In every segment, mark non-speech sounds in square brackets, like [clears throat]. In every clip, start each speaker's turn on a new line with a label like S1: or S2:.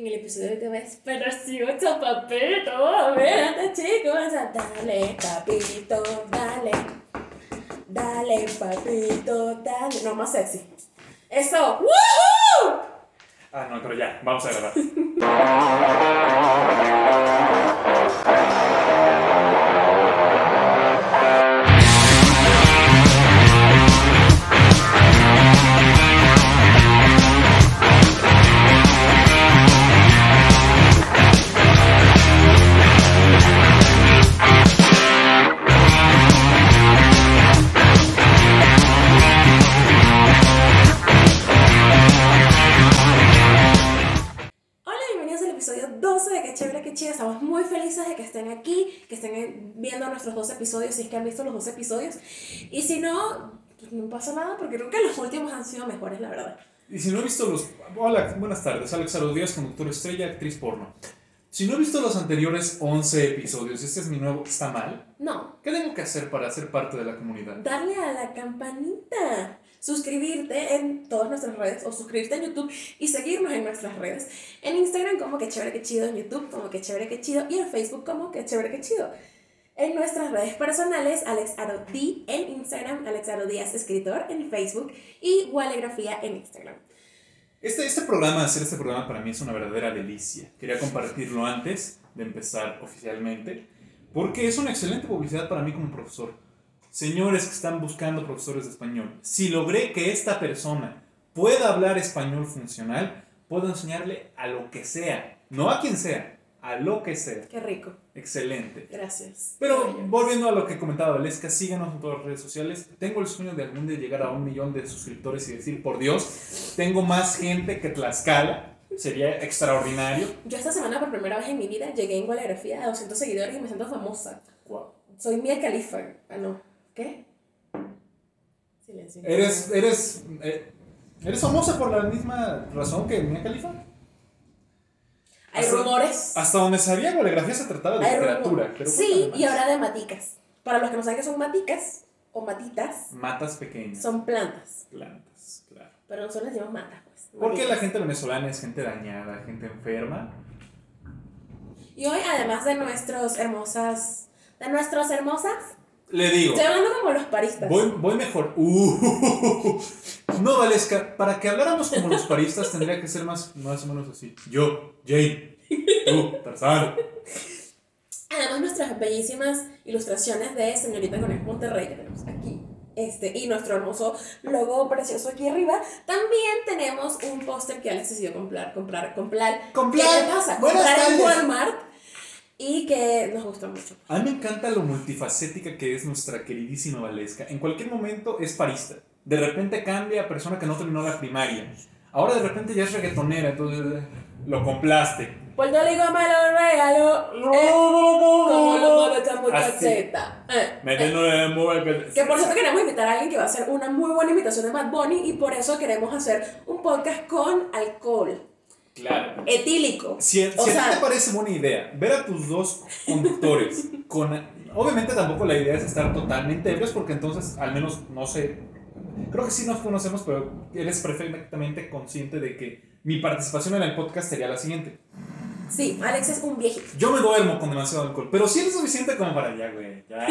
S1: en el episodio te ves, pero si ocho papito, a ver, anda chico, o sea, dale papito, dale, dale papito, dale, no más sexy. Eso, ¡woohoo!
S2: Ah, no, pero ya, vamos a grabar.
S1: Hola, bienvenidos al episodio 12 de Qué chévere, qué chida. Estamos muy felices de que estén aquí, que estén viendo nuestros dos episodios, si es que han visto los dos episodios. Y si no, pues no pasa nada porque creo que los últimos han sido mejores, la verdad.
S2: [laughs] Y si no he visto los. Hola, buenas tardes. Alex Díaz, conductor estrella, actriz porno. Si no he visto los anteriores 11 episodios y este es mi nuevo, está mal.
S1: No,
S2: ¿Qué tengo que hacer para ser parte de la comunidad?
S1: darle a la campanita, suscribirte en todas nuestras redes o suscribirte en YouTube y seguirnos en nuestras redes. En Instagram como que chévere que chido, en YouTube como que chévere que chido y en Facebook como que chévere que chido. En nuestras redes personales, Alex Arodi en Instagram, Alex Aro Díaz escritor en Facebook y Walegrafía en Instagram.
S2: Este, este programa, hacer este programa para mí es una verdadera delicia. Quería compartirlo antes de empezar oficialmente, porque es una excelente publicidad para mí como profesor. Señores que están buscando profesores de español, si logré que esta persona pueda hablar español funcional, puedo enseñarle a lo que sea, no a quien sea, a lo que sea.
S1: Qué rico,
S2: Excelente.
S1: gracias.
S2: Pero
S1: Bello.
S2: volviendo a lo que comentaba Valesca, síganos en todas las redes sociales. Tengo el sueño de algún día llegar a un millón de suscriptores y decir, por Dios, tengo más gente que Tlaxcala. Sería extraordinario.
S1: Yo esta semana por primera vez en mi vida llegué en Walegrafía a 200 seguidores y me siento famosa.
S2: Guau.
S1: Soy Mia Khalifa. Ah, no. ¿Qué? Silencio.
S2: Eres, eres, eh, eres famosa por la misma razón que Mia Khalifa.
S1: Hay
S2: Hasta-
S1: rumores.
S2: Hasta donde sabía, coreografía se trataba de
S1: Hay
S2: literatura.
S1: rumores.
S2: pero
S1: sí,
S2: cuéntame
S1: y
S2: más.
S1: ahora de maticas. Para los que no saben qué son maticas o matitas,
S2: Matas pequeñas.
S1: son plantas.
S2: Plantas, claro.
S1: Pero nosotros les decimos matas, pues.
S2: Porque la
S1: maticas.
S2: gente venezolana es gente dañada, gente enferma.
S1: Y hoy, además de nuestros hermosas. De nuestras hermosas.
S2: Le digo.
S1: Estoy hablando como los paristas.
S2: Voy, voy mejor. [laughs] Uh, no, Valesca, para que habláramos como los paristas tendría que ser más, más o menos así. Yo, Jane. Tú, Tarzán.
S1: Además, nuestras bellísimas ilustraciones de Señorita con el Monterrey que tenemos aquí. Este, y nuestro hermoso logo precioso aquí arriba. También tenemos un póster que Alex decidió comprar, comprar, comprar. ¿Qué
S2: Completo.
S1: le pasa?
S2: Buenas
S1: Comprar en
S2: tardes.
S1: Walmart y que nos gusta mucho.
S2: A mí me encanta lo multifacética que es nuestra queridísima Valesca. En cualquier momento es parista. De repente cambia a persona que no terminó la primaria. Ahora de repente ya es reggaetonera, entonces eh, lo complaste.
S1: Puerto Rico me lo regaló. eh, [laughs] como lo mueve esta muchachita. Eh,
S2: Me
S1: eh.
S2: tengo que mover-
S1: Que por cierto queremos invitar a alguien que va a hacer una muy buena invitación de Bad Bunny y por eso queremos hacer un podcast con alcohol
S2: Claro.
S1: etílico.
S2: Si,
S1: O
S2: si a
S1: sea-
S2: ti te parece buena idea ver a tus dos conductores
S1: [laughs]
S2: con... Obviamente tampoco la idea es estar totalmente ebrios porque entonces al menos no sé... Creo que sí nos conocemos, pero eres perfectamente consciente de que mi participación en el podcast sería la siguiente.
S1: Sí, Alex es un viejito.
S2: Yo me duermo con demasiado alcohol, pero sí es suficiente como para ya, güey.
S1: [laughs]
S2: ya.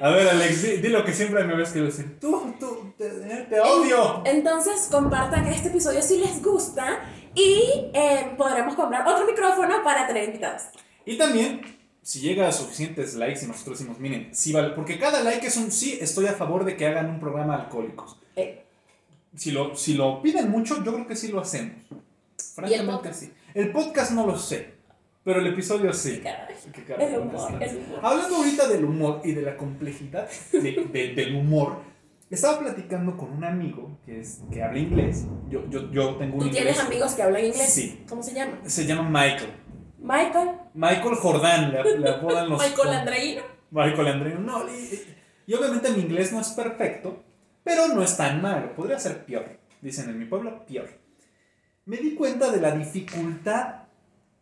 S2: A ver, Alex, di, di lo que siempre me ves que decir. Tú, tú, te, te odio.
S1: Entonces compartan este episodio si les gusta y eh, podremos comprar otro micrófono para tener invitados.
S2: Y también, si llega a suficientes likes y nosotros decimos, miren, sí vale, porque cada like es un sí, estoy a favor de que hagan un programa alcohólicos.
S1: Eh.
S2: Si lo, si lo piden mucho, yo creo que sí lo hacemos. Francamente,
S1: podcast?
S2: sí. El podcast no lo sé, pero el episodio sí.
S1: Caray,
S2: Qué carajo,
S1: El humor,
S2: buenas
S1: el
S2: tardes.
S1: humor.
S2: Hablando ahorita del humor y de la complejidad de- de- del humor, estaba platicando con un amigo que, es, que habla inglés. Yo, yo, yo tengo un
S1: ¿Tú
S2: inglés.
S1: tienes amigos que hablan inglés?
S2: Sí.
S1: ¿Cómo se llama?
S2: Se llama Michael.
S1: Michael.
S2: Michael Jordán, le, le apodan los.
S1: Michael Andreino.
S2: Michael Andreino. No, y, y obviamente mi inglés no es perfecto, pero no es tan malo. Podría ser peor. Dicen en mi pueblo, peor. Me di cuenta de la dificultad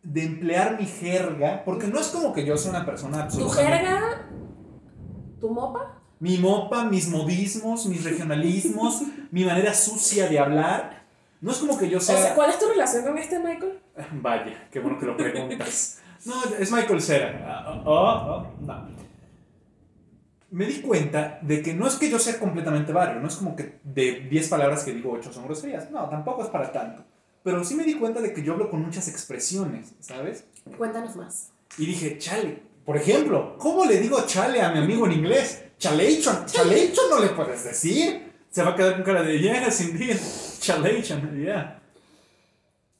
S2: de emplear mi jerga, porque no es como que yo sea una persona
S1: ¿Tu
S2: absolutamente.
S1: jerga? ¿Tu mopa?
S2: Mi mopa, mis modismos, mis regionalismos, mi manera sucia de hablar. No es como que yo
S1: O sea,
S2: sea.
S1: ¿cuál es tu relación con este Michael?
S2: [laughs] Vaya, qué bueno que lo preguntas. [laughs] No, es Michael Cera. Ah, ah, ah, no. Me di cuenta de que no es que yo sea completamente barrio, no es como que de 10 palabras que digo 8 son groserías. No, tampoco es para tanto. Pero sí me di cuenta de que yo hablo con muchas expresiones, ¿sabes?
S1: Cuéntanos más.
S2: Y dije, chale. Por ejemplo, ¿cómo le digo chale a mi amigo en inglés? Chalation. Chalation no le puedes decir. Se va a quedar con cara de, yes, indeed. Chalation, yeah.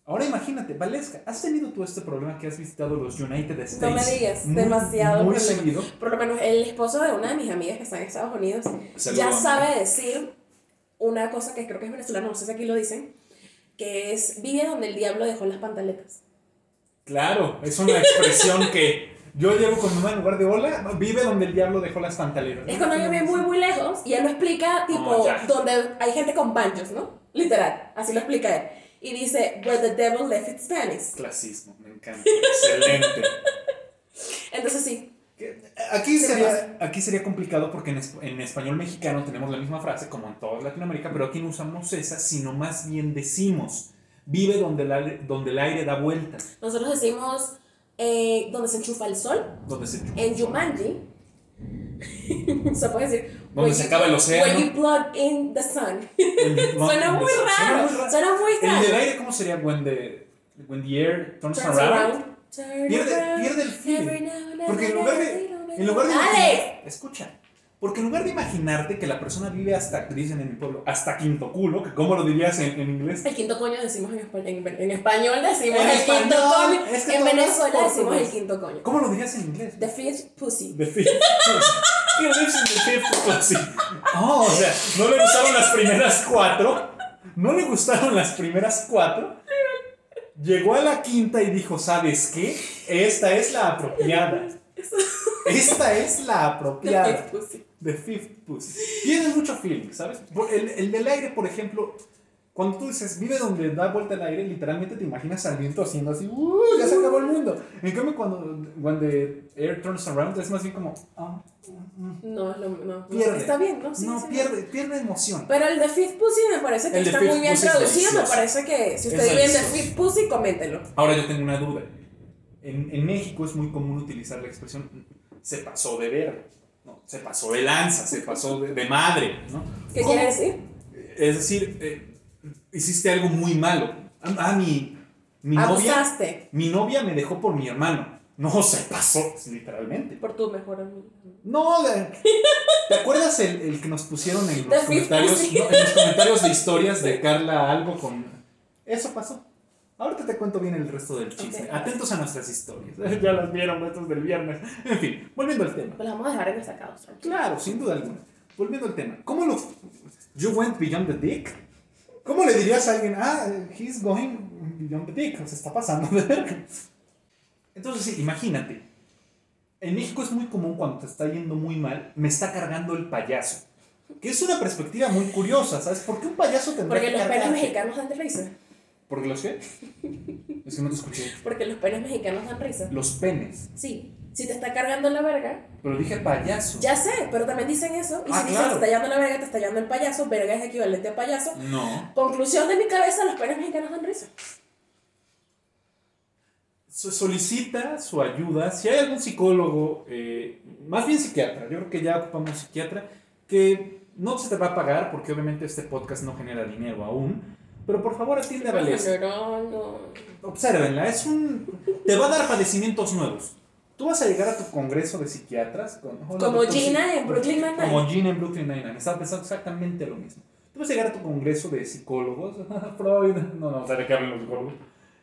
S2: Ahora imagínate, Valesca, ¿has tenido tú este problema que has visitado los United States?
S1: No me digas,
S2: muy-
S1: demasiado
S2: Muy
S1: problema.
S2: seguido.
S1: Por lo menos el esposo de una de mis amigas que está en Estados Unidos
S2: Saludo,
S1: ya
S2: amiga.
S1: sabe decir una cosa que creo que es venezolano, no sé si aquí lo dicen, que es vive donde el diablo dejó las pantaletas.
S2: Claro, es una expresión que yo llevo con mi mamá en lugar de hola, vive donde el diablo dejó las pantaleras.
S1: Es cuando alguien vive muy, muy lejos y él lo explica, tipo,
S2: Oh, ya.
S1: donde hay gente con banchos, ¿no? Literal, así lo explica él. Y dice, where the devil left its panties.
S2: Clasismo, me encanta. Excelente.
S1: Entonces sí,
S2: Que- Aquí
S1: ¿Qué
S2: sería, aquí sería complicado porque en, es- en español mexicano tenemos la misma frase como en toda Latinoamérica, pero aquí no usamos esa, sino más bien decimos, vive donde el aire, donde el aire da vueltas.
S1: nosotros decimos, eh, donde se enchufa el sol,
S2: Donde se,
S1: en
S2: [laughs]
S1: Jumanji. [laughs] se puede decir,
S2: Donde
S1: "Where
S2: se
S1: you-
S2: acaba el océano".
S1: Where you plug in the
S2: [laughs]
S1: sun.
S2: el- no,
S1: Suena muy
S2: suena
S1: raro.
S2: muy raro.
S1: Suena muy
S2: El del
S1: raro.
S2: aire, ¿cómo sería? When the, when the air turns,
S1: Turns
S2: around.
S1: around, turn
S2: Pierde,
S1: around,
S2: pierde el
S1: every
S2: feeling.
S1: now and
S2: Porque en
S1: then
S2: lugar
S1: I
S2: de.
S1: don't
S2: En lugar de
S1: know. ¡Alex!
S2: imaginar- escucha. Porque en lugar de imaginarte que la persona vive hasta, dicen en mi pueblo, hasta quinto culo, que cómo lo dirías en, en inglés.
S1: El quinto coño decimos en español. En, en español decimos
S2: En
S1: el quinto
S2: español,
S1: coño.
S2: es que
S1: en
S2: todos
S1: Venezuela
S2: los
S1: decimos el
S2: portugueses.
S1: quinto coño.
S2: ¿Cómo lo dirías en inglés?
S1: The fifth pussy.
S2: The fifth class. [laughs] He lives in the fifth class. Oh, o sea, no le gustaron las primeras cuatro. No le gustaron las primeras cuatro. Llegó a la quinta y dijo, ¿sabes qué? Esta es la apropiada. Esta es
S1: The
S2: la apropiada.
S1: fifth pussy.
S2: The Fifth Pussy. Tiene mucho feeling, ¿sabes? Por- El, el del aire, por ejemplo, cuando tú dices vive donde da vuelta el aire, literalmente te imaginas al viento haciendo así, ¡uh! Ya se acabó el mundo. En cambio, cuando when the air turns around, es más bien como, ah,
S1: No, es lo- no, no.
S2: Pierde.
S1: Está bien, ¿no? Sí,
S2: no,
S1: sí, sí.
S2: pierde, pierde emoción.
S1: Pero el The Fifth Pussy me parece que
S2: El The
S1: está
S2: Fifth
S1: muy bien
S2: Pussy es
S1: traducido. Me
S2: delicioso.
S1: parece que si
S2: Es
S1: ustedes ven The
S2: delicioso.
S1: Fifth Pussy, coméntenlo.
S2: Ahora yo tengo una duda. En, en México es muy común utilizar la expresión se pasó de verga. No, se pasó de lanza, se pasó de, de madre, ¿no?
S1: ¿Qué
S2: ¿Cómo?
S1: quiere decir?
S2: Es decir, eh, hiciste algo muy malo. Ah, ah, mi, mi novia.
S1: Abusaste
S2: Mi novia me dejó por mi hermano. No, se pasó, literalmente.
S1: por tu mejor amigo. Pues
S2: No, de- ¿te acuerdas el, el que nos pusieron en los
S1: Fifth
S2: comentarios?
S1: Pussy.
S2: no, en los comentarios de historias de Carla algo con. Eso pasó. Ahorita te cuento bien el resto del chisme.
S1: Ok.
S2: Atentos a nuestras historias. [laughs] ya las vieron estos del viernes. En fin, volviendo al tema.
S1: Pues las vamos a dejar en destacados. tranquilo.
S2: Claro, sin duda alguna. Volviendo al tema, ¿cómo lo. You went beyond the dick? ¿Cómo le dirías a alguien, ah, he's going beyond the dick? O sea, está pasando de verga. Entonces, sí, imagínate. En México es muy común cuando te está yendo muy mal, me está cargando el payaso. Que es una perspectiva muy curiosa, ¿sabes? ¿Por qué un payaso tendría
S1: Porque
S2: que
S1: los penes
S2: cargarte?
S1: mexicanos dan risa.
S2: ¿Porque los qué? Es que no te escuché.
S1: Porque los penes mexicanos dan risa.
S2: Los penes.
S1: Sí. Si te está cargando la verga,
S2: Pero dije payaso.
S1: Ya sé, pero también dicen eso. Y
S2: Ah,
S1: si
S2: claro.
S1: dicen, te está llevando la verga, te está llevando el payaso, verga es equivalente a payaso.
S2: No.
S1: Conclusión de mi cabeza, los penes mexicanos dan risa.
S2: so- solicita su ayuda. Si hay algún psicólogo, eh, más bien psiquiatra, yo creo que ya ocupamos psiquiatra, que no se te va a pagar porque obviamente este podcast no genera dinero aún. Pero por favor atiende a Valesca.
S1: No, no,
S2: Obsérvenla, es un. Te va a dar padecimientos nuevos. Tú vas a llegar a tu congreso de psiquiatras con. Hola,
S1: Como
S2: doctor,
S1: Gina
S2: sí.
S1: en Brooklyn Nine-Nine.
S2: Como Gina en Brooklyn Nine-Nine. Estaba pensando exactamente lo mismo. Tú vas a llegar a tu congreso de psicólogos. [laughs] ah, Freud. No, no, o sea, de qué hablan los psicólogos.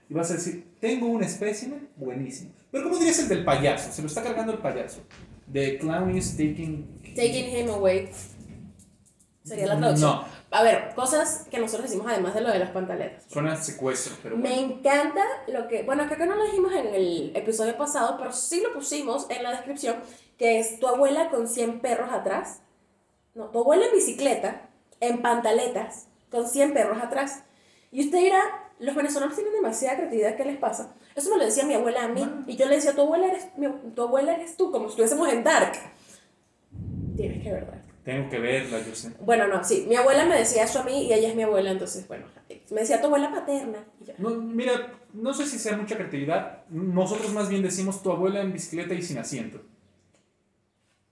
S2: Y vas a decir: Tengo un espécimen buenísimo. Pero ¿cómo dirías el del payaso? Se lo está cargando el payaso. The clown is taking.
S1: Taking him away. Sería la traducción.
S2: No,
S1: A ver, cosas que nosotros decimos además de lo de las pantaletas.
S2: suena a secuestro, pero bueno.
S1: Me encanta lo que. Bueno, creo que no lo dijimos en el episodio pasado, pero sí lo pusimos en la descripción: que es tu abuela con 100 perros atrás. No, tu abuela en bicicleta, en pantaletas, con 100 perros atrás. Y usted dirá, los venezolanos tienen demasiada creatividad, ¿qué les pasa? Eso me lo decía mi abuela a mí. Y yo le decía, tu abuela eres, mi- tu abuela eres tú, como si estuviésemos en Dark. Tienes que verdad.
S2: Tengo que verla, yo sé.
S1: Bueno, no, sí. Mi abuela me decía eso a mí y ella es mi abuela, entonces, bueno. Me decía tu abuela paterna. Y ya.
S2: No, mira, no sé si sea mucha creatividad, nosotros más bien decimos tu abuela en bicicleta y sin asiento.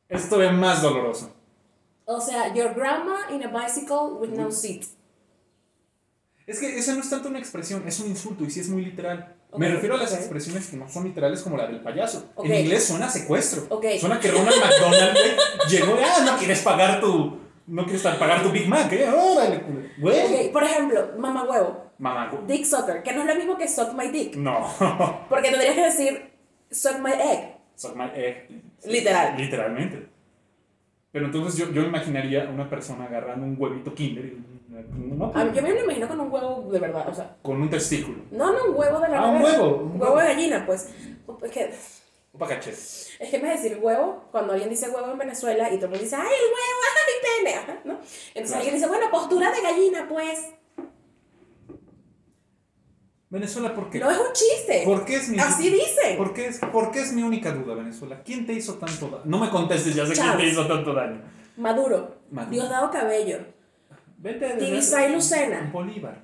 S2: Es todavía más doloroso.
S1: O sea, your grandma in a bicycle with no seat.
S2: Es que esa no es tanto una expresión, es un insulto y sí es muy literal. Me
S1: Ok,
S2: refiero a las
S1: ok.
S2: expresiones que no son literales como la del payaso.
S1: Ok.
S2: En inglés suena a secuestro.
S1: Ok.
S2: Suena que Ronald McDonald güey, llegó y, ah, no quieres pagar tu, no quieres pagar tu Big Mac, eh, órale, culo". güey.
S1: Ok, por ejemplo, mamá huevo,
S2: Mamá, güey.
S1: dick sucker, que no es lo mismo que suck my dick.
S2: no.
S1: Porque tendrías que decir suck my egg.
S2: Suck my egg.
S1: Literal.
S2: eh, Literalmente. Pero entonces yo, yo imaginaría a una persona agarrando un huevito kinder y- no,
S1: A mí- yo me lo imagino con un huevo de verdad, o sea,
S2: con un testículo.
S1: no, no, un huevo de la
S2: Ah, un
S1: nevera.
S2: huevo, un
S1: Un
S2: huevo.
S1: huevo de gallina, pues. Es que,
S2: Un pacaché.
S1: es que me decir huevo, cuando alguien dice huevo en Venezuela y todo el mundo dice, ¡ay, el huevo! [laughs] ¡Ay, mi pene! Ajá, ¿no? Entonces
S2: Claro.
S1: alguien dice, bueno, postura de gallina, pues.
S2: Venezuela, ¿por qué?
S1: No es un chiste.
S2: ¿Por qué es mi
S1: Así dice.
S2: ¿Por qué, es, por qué es mi única duda, Venezuela? ¿Quién te hizo tanto daño? No me contestes, ya sé
S1: Chávez.
S2: quién te hizo tanto daño.
S1: Maduro,
S2: Maduro.
S1: Diosdado Cabello,
S2: Vete a
S1: Tirisa y Lucena.
S2: Bolívar.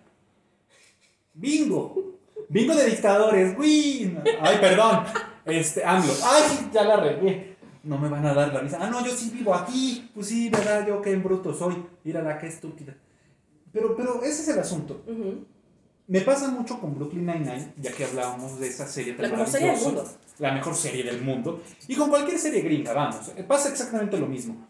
S2: Bingo. Bingo de dictadores. Uy. no. Ay, perdón. Este, AMLO. Ay, ya la regué. No me van a dar la visa. Ah, no, yo sí vivo aquí. Pues sí, verdad, yo qué bruto soy. Mírala, qué estúpida. Pero, pero ese es el asunto.
S1: Ujú.
S2: Me pasa mucho con Brooklyn Nine-Nine, ya que hablábamos de esa serie tan
S1: La mejor serie del
S2: maravillosa,
S1: mundo.
S2: La mejor serie del mundo. Y con cualquier serie gringa, vamos. eh, Pasa exactamente lo mismo.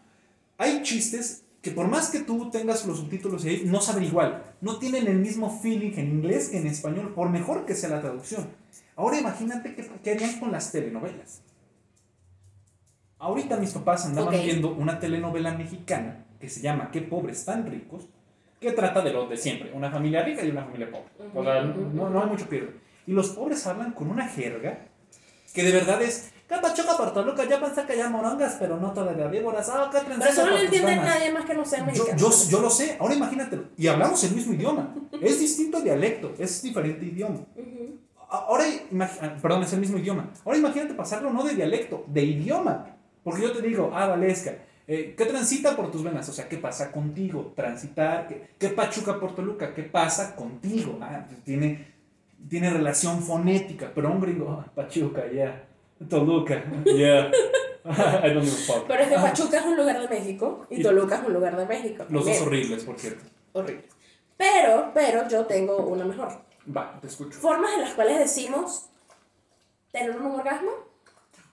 S2: Hay chistes que por más que tú tengas los subtítulos ahí, no saben igual. No tienen el mismo feeling en inglés que en español, por mejor que sea la traducción. Ahora imagínate qué, qué harían con las telenovelas. Ahorita mis papás andaban
S1: Ok.
S2: viendo una telenovela mexicana que se llama Qué pobres tan ricos, que trata de los de siempre, una familia rica y una familia pobre. O sea, no, no hay mucho pierde. Y los pobres hablan con una jerga que de verdad es capachoca portoluca, ya pensé que ya morongas, pero no todavía víboras. Ah, qué
S1: Pero eso
S2: trenzazo
S1: no lo
S2: con tus
S1: entiende
S2: ganas".
S1: nadie más que no sea
S2: Yo,
S1: mexicano.
S2: yo, yo lo sé, ahora imagínatelo. Y hablamos el mismo idioma. Es distinto dialecto, es diferente idioma.
S1: Ujú.
S2: A- Ahora, imagi- ah, perdón, es el mismo idioma. Ahora imagínate pasarlo no de dialecto, de idioma. Porque yo te digo, ah, Valesca, eh, ¿qué transita por tus venas? O sea, ¿qué pasa contigo? Transitar, ¿qué, qué pachuca por Toluca? ¿Qué pasa contigo? Ah, pues tiene, tiene relación fonética, pero un gringo, ah, pachuca, ya. Toluca, [laughs] ya. I don't give a fuck.
S1: Pero es que
S2: Ah,
S1: Pachuca es un lugar de México y
S2: Y-
S1: Toluca es un lugar de México.
S2: Los dos
S1: también.
S2: horribles, por cierto.
S1: horribles. Pero, pero yo tengo una mejor.
S2: Va, te escucho.
S1: Formas en las cuales decimos tener un orgasmo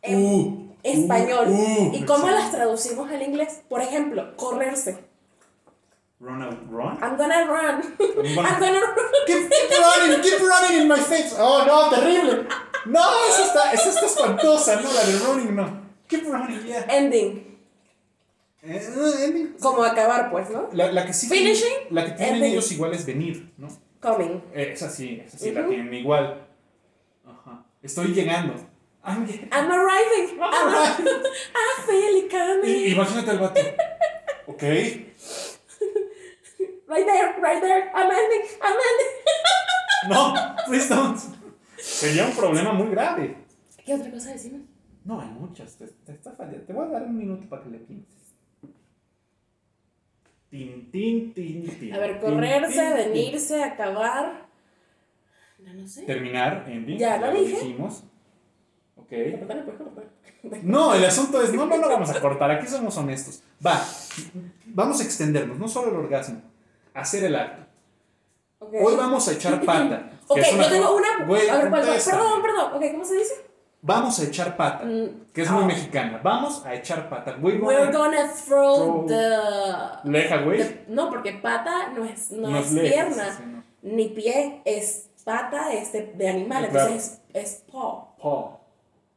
S1: en
S2: Uh,
S1: español.
S2: uh, uh,
S1: ¿Y cómo
S2: sí.
S1: las traducimos al inglés? Por ejemplo, correrse.
S2: Run out, run.
S1: I'm gonna run.
S2: I'm gonna-
S1: I'm gonna
S2: [laughs]
S1: run.
S2: Keep, keep running, keep running in my face. Oh, no, terrible. No, esa está, esa está espantosa, no, la de running, no. Keep running, yeah.
S1: Ending.
S2: Eh, eh, ending.
S1: Como acabar, pues, ¿no?
S2: La, la que sí.
S1: Finishing,
S2: La que tienen
S1: ending.
S2: ellos igual es venir, ¿no?
S1: Coming.
S2: Eh, esa sí, esa sí la
S1: Ujú.
S2: tienen igual. Ajá. Estoy llegando. Ah, I'm ye-
S1: I'm arriving. I'm
S2: [laughs] Alright.
S1: I feel it
S2: I-
S1: coming.
S2: Imagínate al vato. Ok.
S1: Right there, right there. I'm ending. I'm ending.
S2: No, please don't. Sería un problema muy grave.
S1: ¿Qué otra cosa decimos?
S2: No, hay muchas. Te, te está fallando. Te voy a dar un minuto para que le pienses. Tin, tin, tin, tin.
S1: A ver,
S2: tin,
S1: correrse,
S2: tin, tin.
S1: venirse, acabar. No, no sé.
S2: Terminar, ending.
S1: Ya lo dije.
S2: dijimos. Ok.
S1: Cortar, pues, cortar.
S2: No, el asunto es, no, no lo vamos a cortar, aquí somos honestos. Va, vamos a extendernos, no solo el orgasmo, hacer el acto.
S1: Ok.
S2: Hoy vamos a echar
S1: [laughs]
S2: pata. que
S1: Ok,
S2: es
S1: yo tengo una.
S2: Güey,
S1: a ver, ¿cuál, cuál?
S2: contéstame.
S1: Perdón, perdón. Ok, ¿cómo se dice?
S2: Vamos a echar pata,
S1: Mm,
S2: que es muy
S1: ah.
S2: mexicana. Vamos a echar pata. Güey,
S1: We're gonna throw
S2: Throw.
S1: the.
S2: Leja, güey.
S1: the- no, porque pata no es, no
S2: No
S1: es
S2: leja,
S1: pierna,
S2: sí, sí, no.
S1: ni pie, es pata de, este, de animal,
S2: Sí, claro.
S1: entonces es, es paw.
S2: Paw.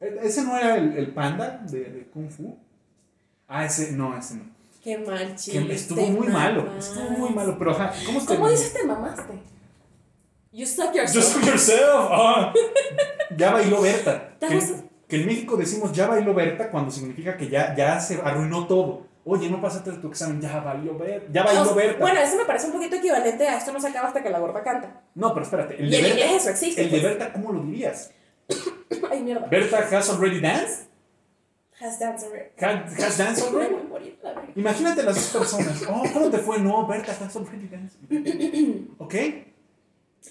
S2: ¿E- ¿Ese no era el, el panda de, de Kung Fu? Ah, ese no, ese no.
S1: Qué mal,
S2: Que
S1: chile.
S2: estuvo
S1: te
S2: muy malo.
S1: mamas.
S2: Estuvo muy malo. Pero, ajá, ¿cómo, se
S1: ¿Cómo dices te mamaste? You suck yourself.
S2: Just for yourself. ah. ya bailó Berta.
S1: ¿Te
S2: Que,
S1: acuerdas?
S2: que en México decimos ya bailó Berta cuando significa que ya, ya se arruinó todo. Oye, no pasaste tu examen, ya bailó Berta. Ya
S1: O
S2: bailó
S1: sea,
S2: Berta.
S1: Bueno, eso me parece un poquito equivalente a esto no se acaba hasta que la gorda canta.
S2: no, pero espérate. El
S1: Y
S2: de
S1: en
S2: Berta,
S1: inglés eso existe.
S2: el de Berta, ¿cómo lo dirías?
S1: pues. Ay, mierda.
S2: ¿Berta has already danced?
S1: Has dance already.
S2: Ha- ¿Has danced
S1: Me
S2: already?
S1: voy a morir, la verga.
S2: Imagínate las dos personas. Oh, ¿cómo te fue? No, Berta, estás already dancing. ¿Ok?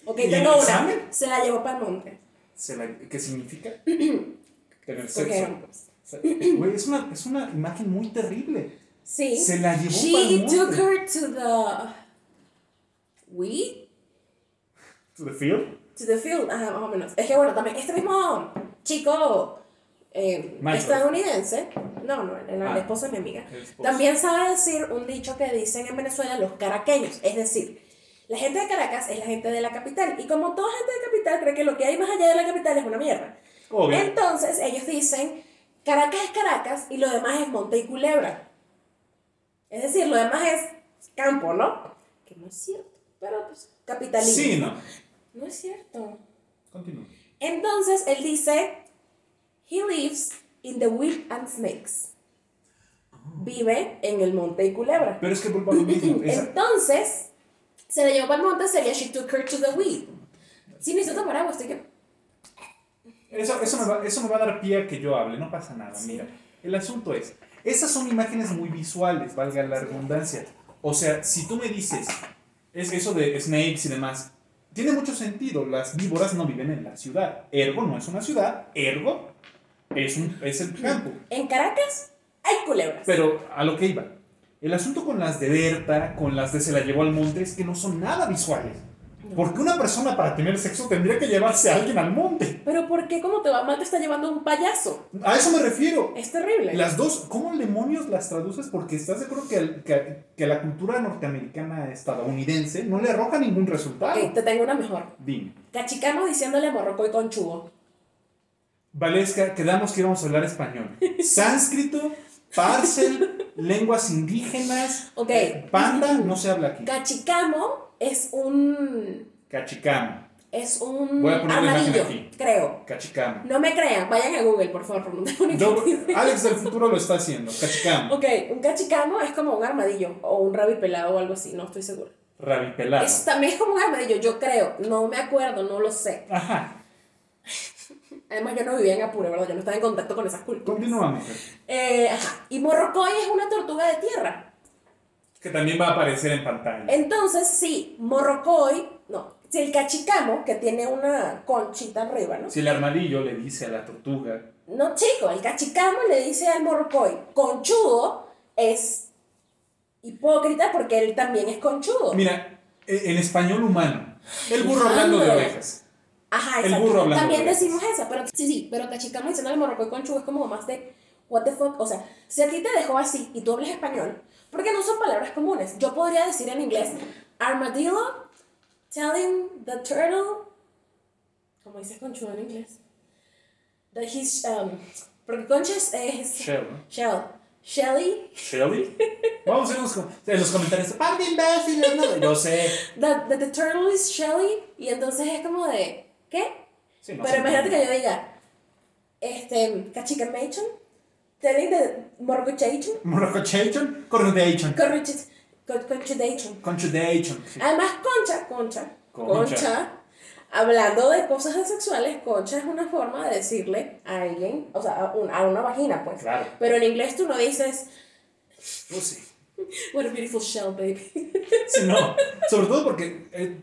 S1: Ok,
S2: ¿Y en
S1: tengo
S2: el
S1: una.
S2: examen?
S1: Se la llevó para el monte.
S2: Se la- ¿Qué significa? Tener sexo.
S1: Cogieron.
S2: O sea, Güey, es una, es una imagen muy terrible.
S1: Sí.
S2: Se la llevó para
S1: She
S2: el
S1: took
S2: monte.
S1: her to the uh, weed,
S2: ¿To the field?
S1: to the field, ajá, más o menos. Es que bueno, también este mismo chico eh,
S2: Michael.
S1: estadounidense, no, no, el, el
S2: Ah.
S1: esposo de mi amiga,
S2: El esposo.
S1: también sabe decir un dicho que dicen en Venezuela los caraqueños, es decir, la gente de Caracas es la gente de la capital y como toda gente de capital cree que lo que hay más allá de la capital es una mierda.
S2: Obvio.
S1: Eh, Entonces ellos dicen, Caracas es Caracas y lo demás es monte y culebra. Es decir, lo demás es campo, ¿no? Que no es cierto, pero pues capitalismo.
S2: Sí, no.
S1: No es cierto.
S2: Continúa.
S1: Entonces él dice, he lives in the wheat and snakes. Vive en el monte y culebra.
S2: Pero es que vuelvo a lo
S1: [laughs]
S2: mismo.
S1: Eh.
S2: Esa,
S1: Entonces, se le llevó para el monte, sería she took her to the wheat. Si necesito tomar agua, estoy que...
S2: eso, eso, me va, eso me va a dar pie a que yo hable, no pasa nada.
S1: Sí.
S2: Mira, el asunto es: esas son imágenes muy visuales, valga la redundancia. O sea, si tú me dices, es eso de snakes y demás, tiene mucho sentido. Las víboras no viven en la ciudad. Ergo no es una ciudad, ergo es, un, es el campo.
S1: En Caracas hay culebras.
S2: Pero a lo que iba. El asunto con las de Berta, con las de Se la llevó al monte, es que no son nada visuales.
S1: No.
S2: Porque una persona para tener sexo tendría que llevarse a alguien al monte.
S1: Pero ¿por qué como te va mal te está llevando un payaso?
S2: A eso me refiero.
S1: Es terrible.
S2: Las dos, ¿cómo demonios las traduces? Porque estás de acuerdo que, al- que, que la cultura norteamericana estadounidense no le arroja ningún resultado.
S1: Ok, te tengo una mejor.
S2: Dime.
S1: Cachicamo diciéndole morroco y conchugo.
S2: Valesca, quedamos que íbamos a hablar español. Sánscrito, parcel, [laughs] lenguas indígenas. eh,
S1: Ok.
S2: Panda no se habla aquí.
S1: Cachicamo es un...
S2: Cachicamo.
S1: Es un
S2: Voy a poner la imagen
S1: amarillo,
S2: aquí.
S1: creo.
S2: Cachicamo.
S1: No me crean, vayan a Google, por favor, no tengo ni
S2: Yo-
S1: idea.
S2: Alex del futuro lo está haciendo.
S1: [laughs]
S2: Cachicamo.
S1: Ok, un cachicamo es como un armadillo o un rabipelado o algo así, no estoy segura.
S2: Rabipelado.
S1: Es, también es como un armadillo, yo creo, no me acuerdo, no lo sé.
S2: Ajá.
S1: Además, yo no vivía en Apure, ¿verdad? Yo no estaba en contacto con esas culturas.
S2: Continúa, mujer.
S1: Eh, ajá. Y morrocoy es una tortuga de tierra.
S2: Que también va a aparecer en pantalla.
S1: Entonces, sí, morrocoy, no, si el cachicamo, que tiene una conchita arriba, ¿no?
S2: Si el armadillo le dice a la tortuga,
S1: No, chico, el cachicamo le dice al morrocoy, conchudo es hipócrita porque él también es conchudo.
S2: Mira, e- en español humano. El burro
S1: Humano.
S2: hablando de ovejas.
S1: Ajá,
S2: el
S1: exacto.
S2: burro hablando
S1: También
S2: de veces.
S1: decimos esa, pero sí, sí, pero cachicamo diciendo al morrocoy conchudo es como más de, what the fuck, o sea, si a ti te dejó así y tú hablas español, porque no son palabras comunes, yo podría decir en inglés, armadillo, telling the turtle, como dices conchudo en inglés, that he's, um, porque concha es, es
S2: Shell, ¿no?
S1: shell, shelly,
S2: Shelly. Vamos a ver en los, com- en los comentarios. ¡Pan de imbéciles! No, yo sé.
S1: that, that the turtle is shelly, y entonces es como de, ¿qué?
S2: Sí, no sé.
S1: Pero imagínate que yo diga, este, cachicamation, telling the morgochation,
S2: Moroccochation, cornudation,
S1: corruchit- co- conchudation.
S2: conchudation. Sí.
S1: Además, concha, concha,
S2: Concha.
S1: concha, hablando de cosas sexuales, concha es una forma de decirle a alguien, o sea, a, un- a una vagina, pues.
S2: Claro.
S1: Pero en inglés tú no dices,
S2: Pues sí.
S1: what a beautiful shell, baby.
S2: Sí, no. Sobre todo porque. eh,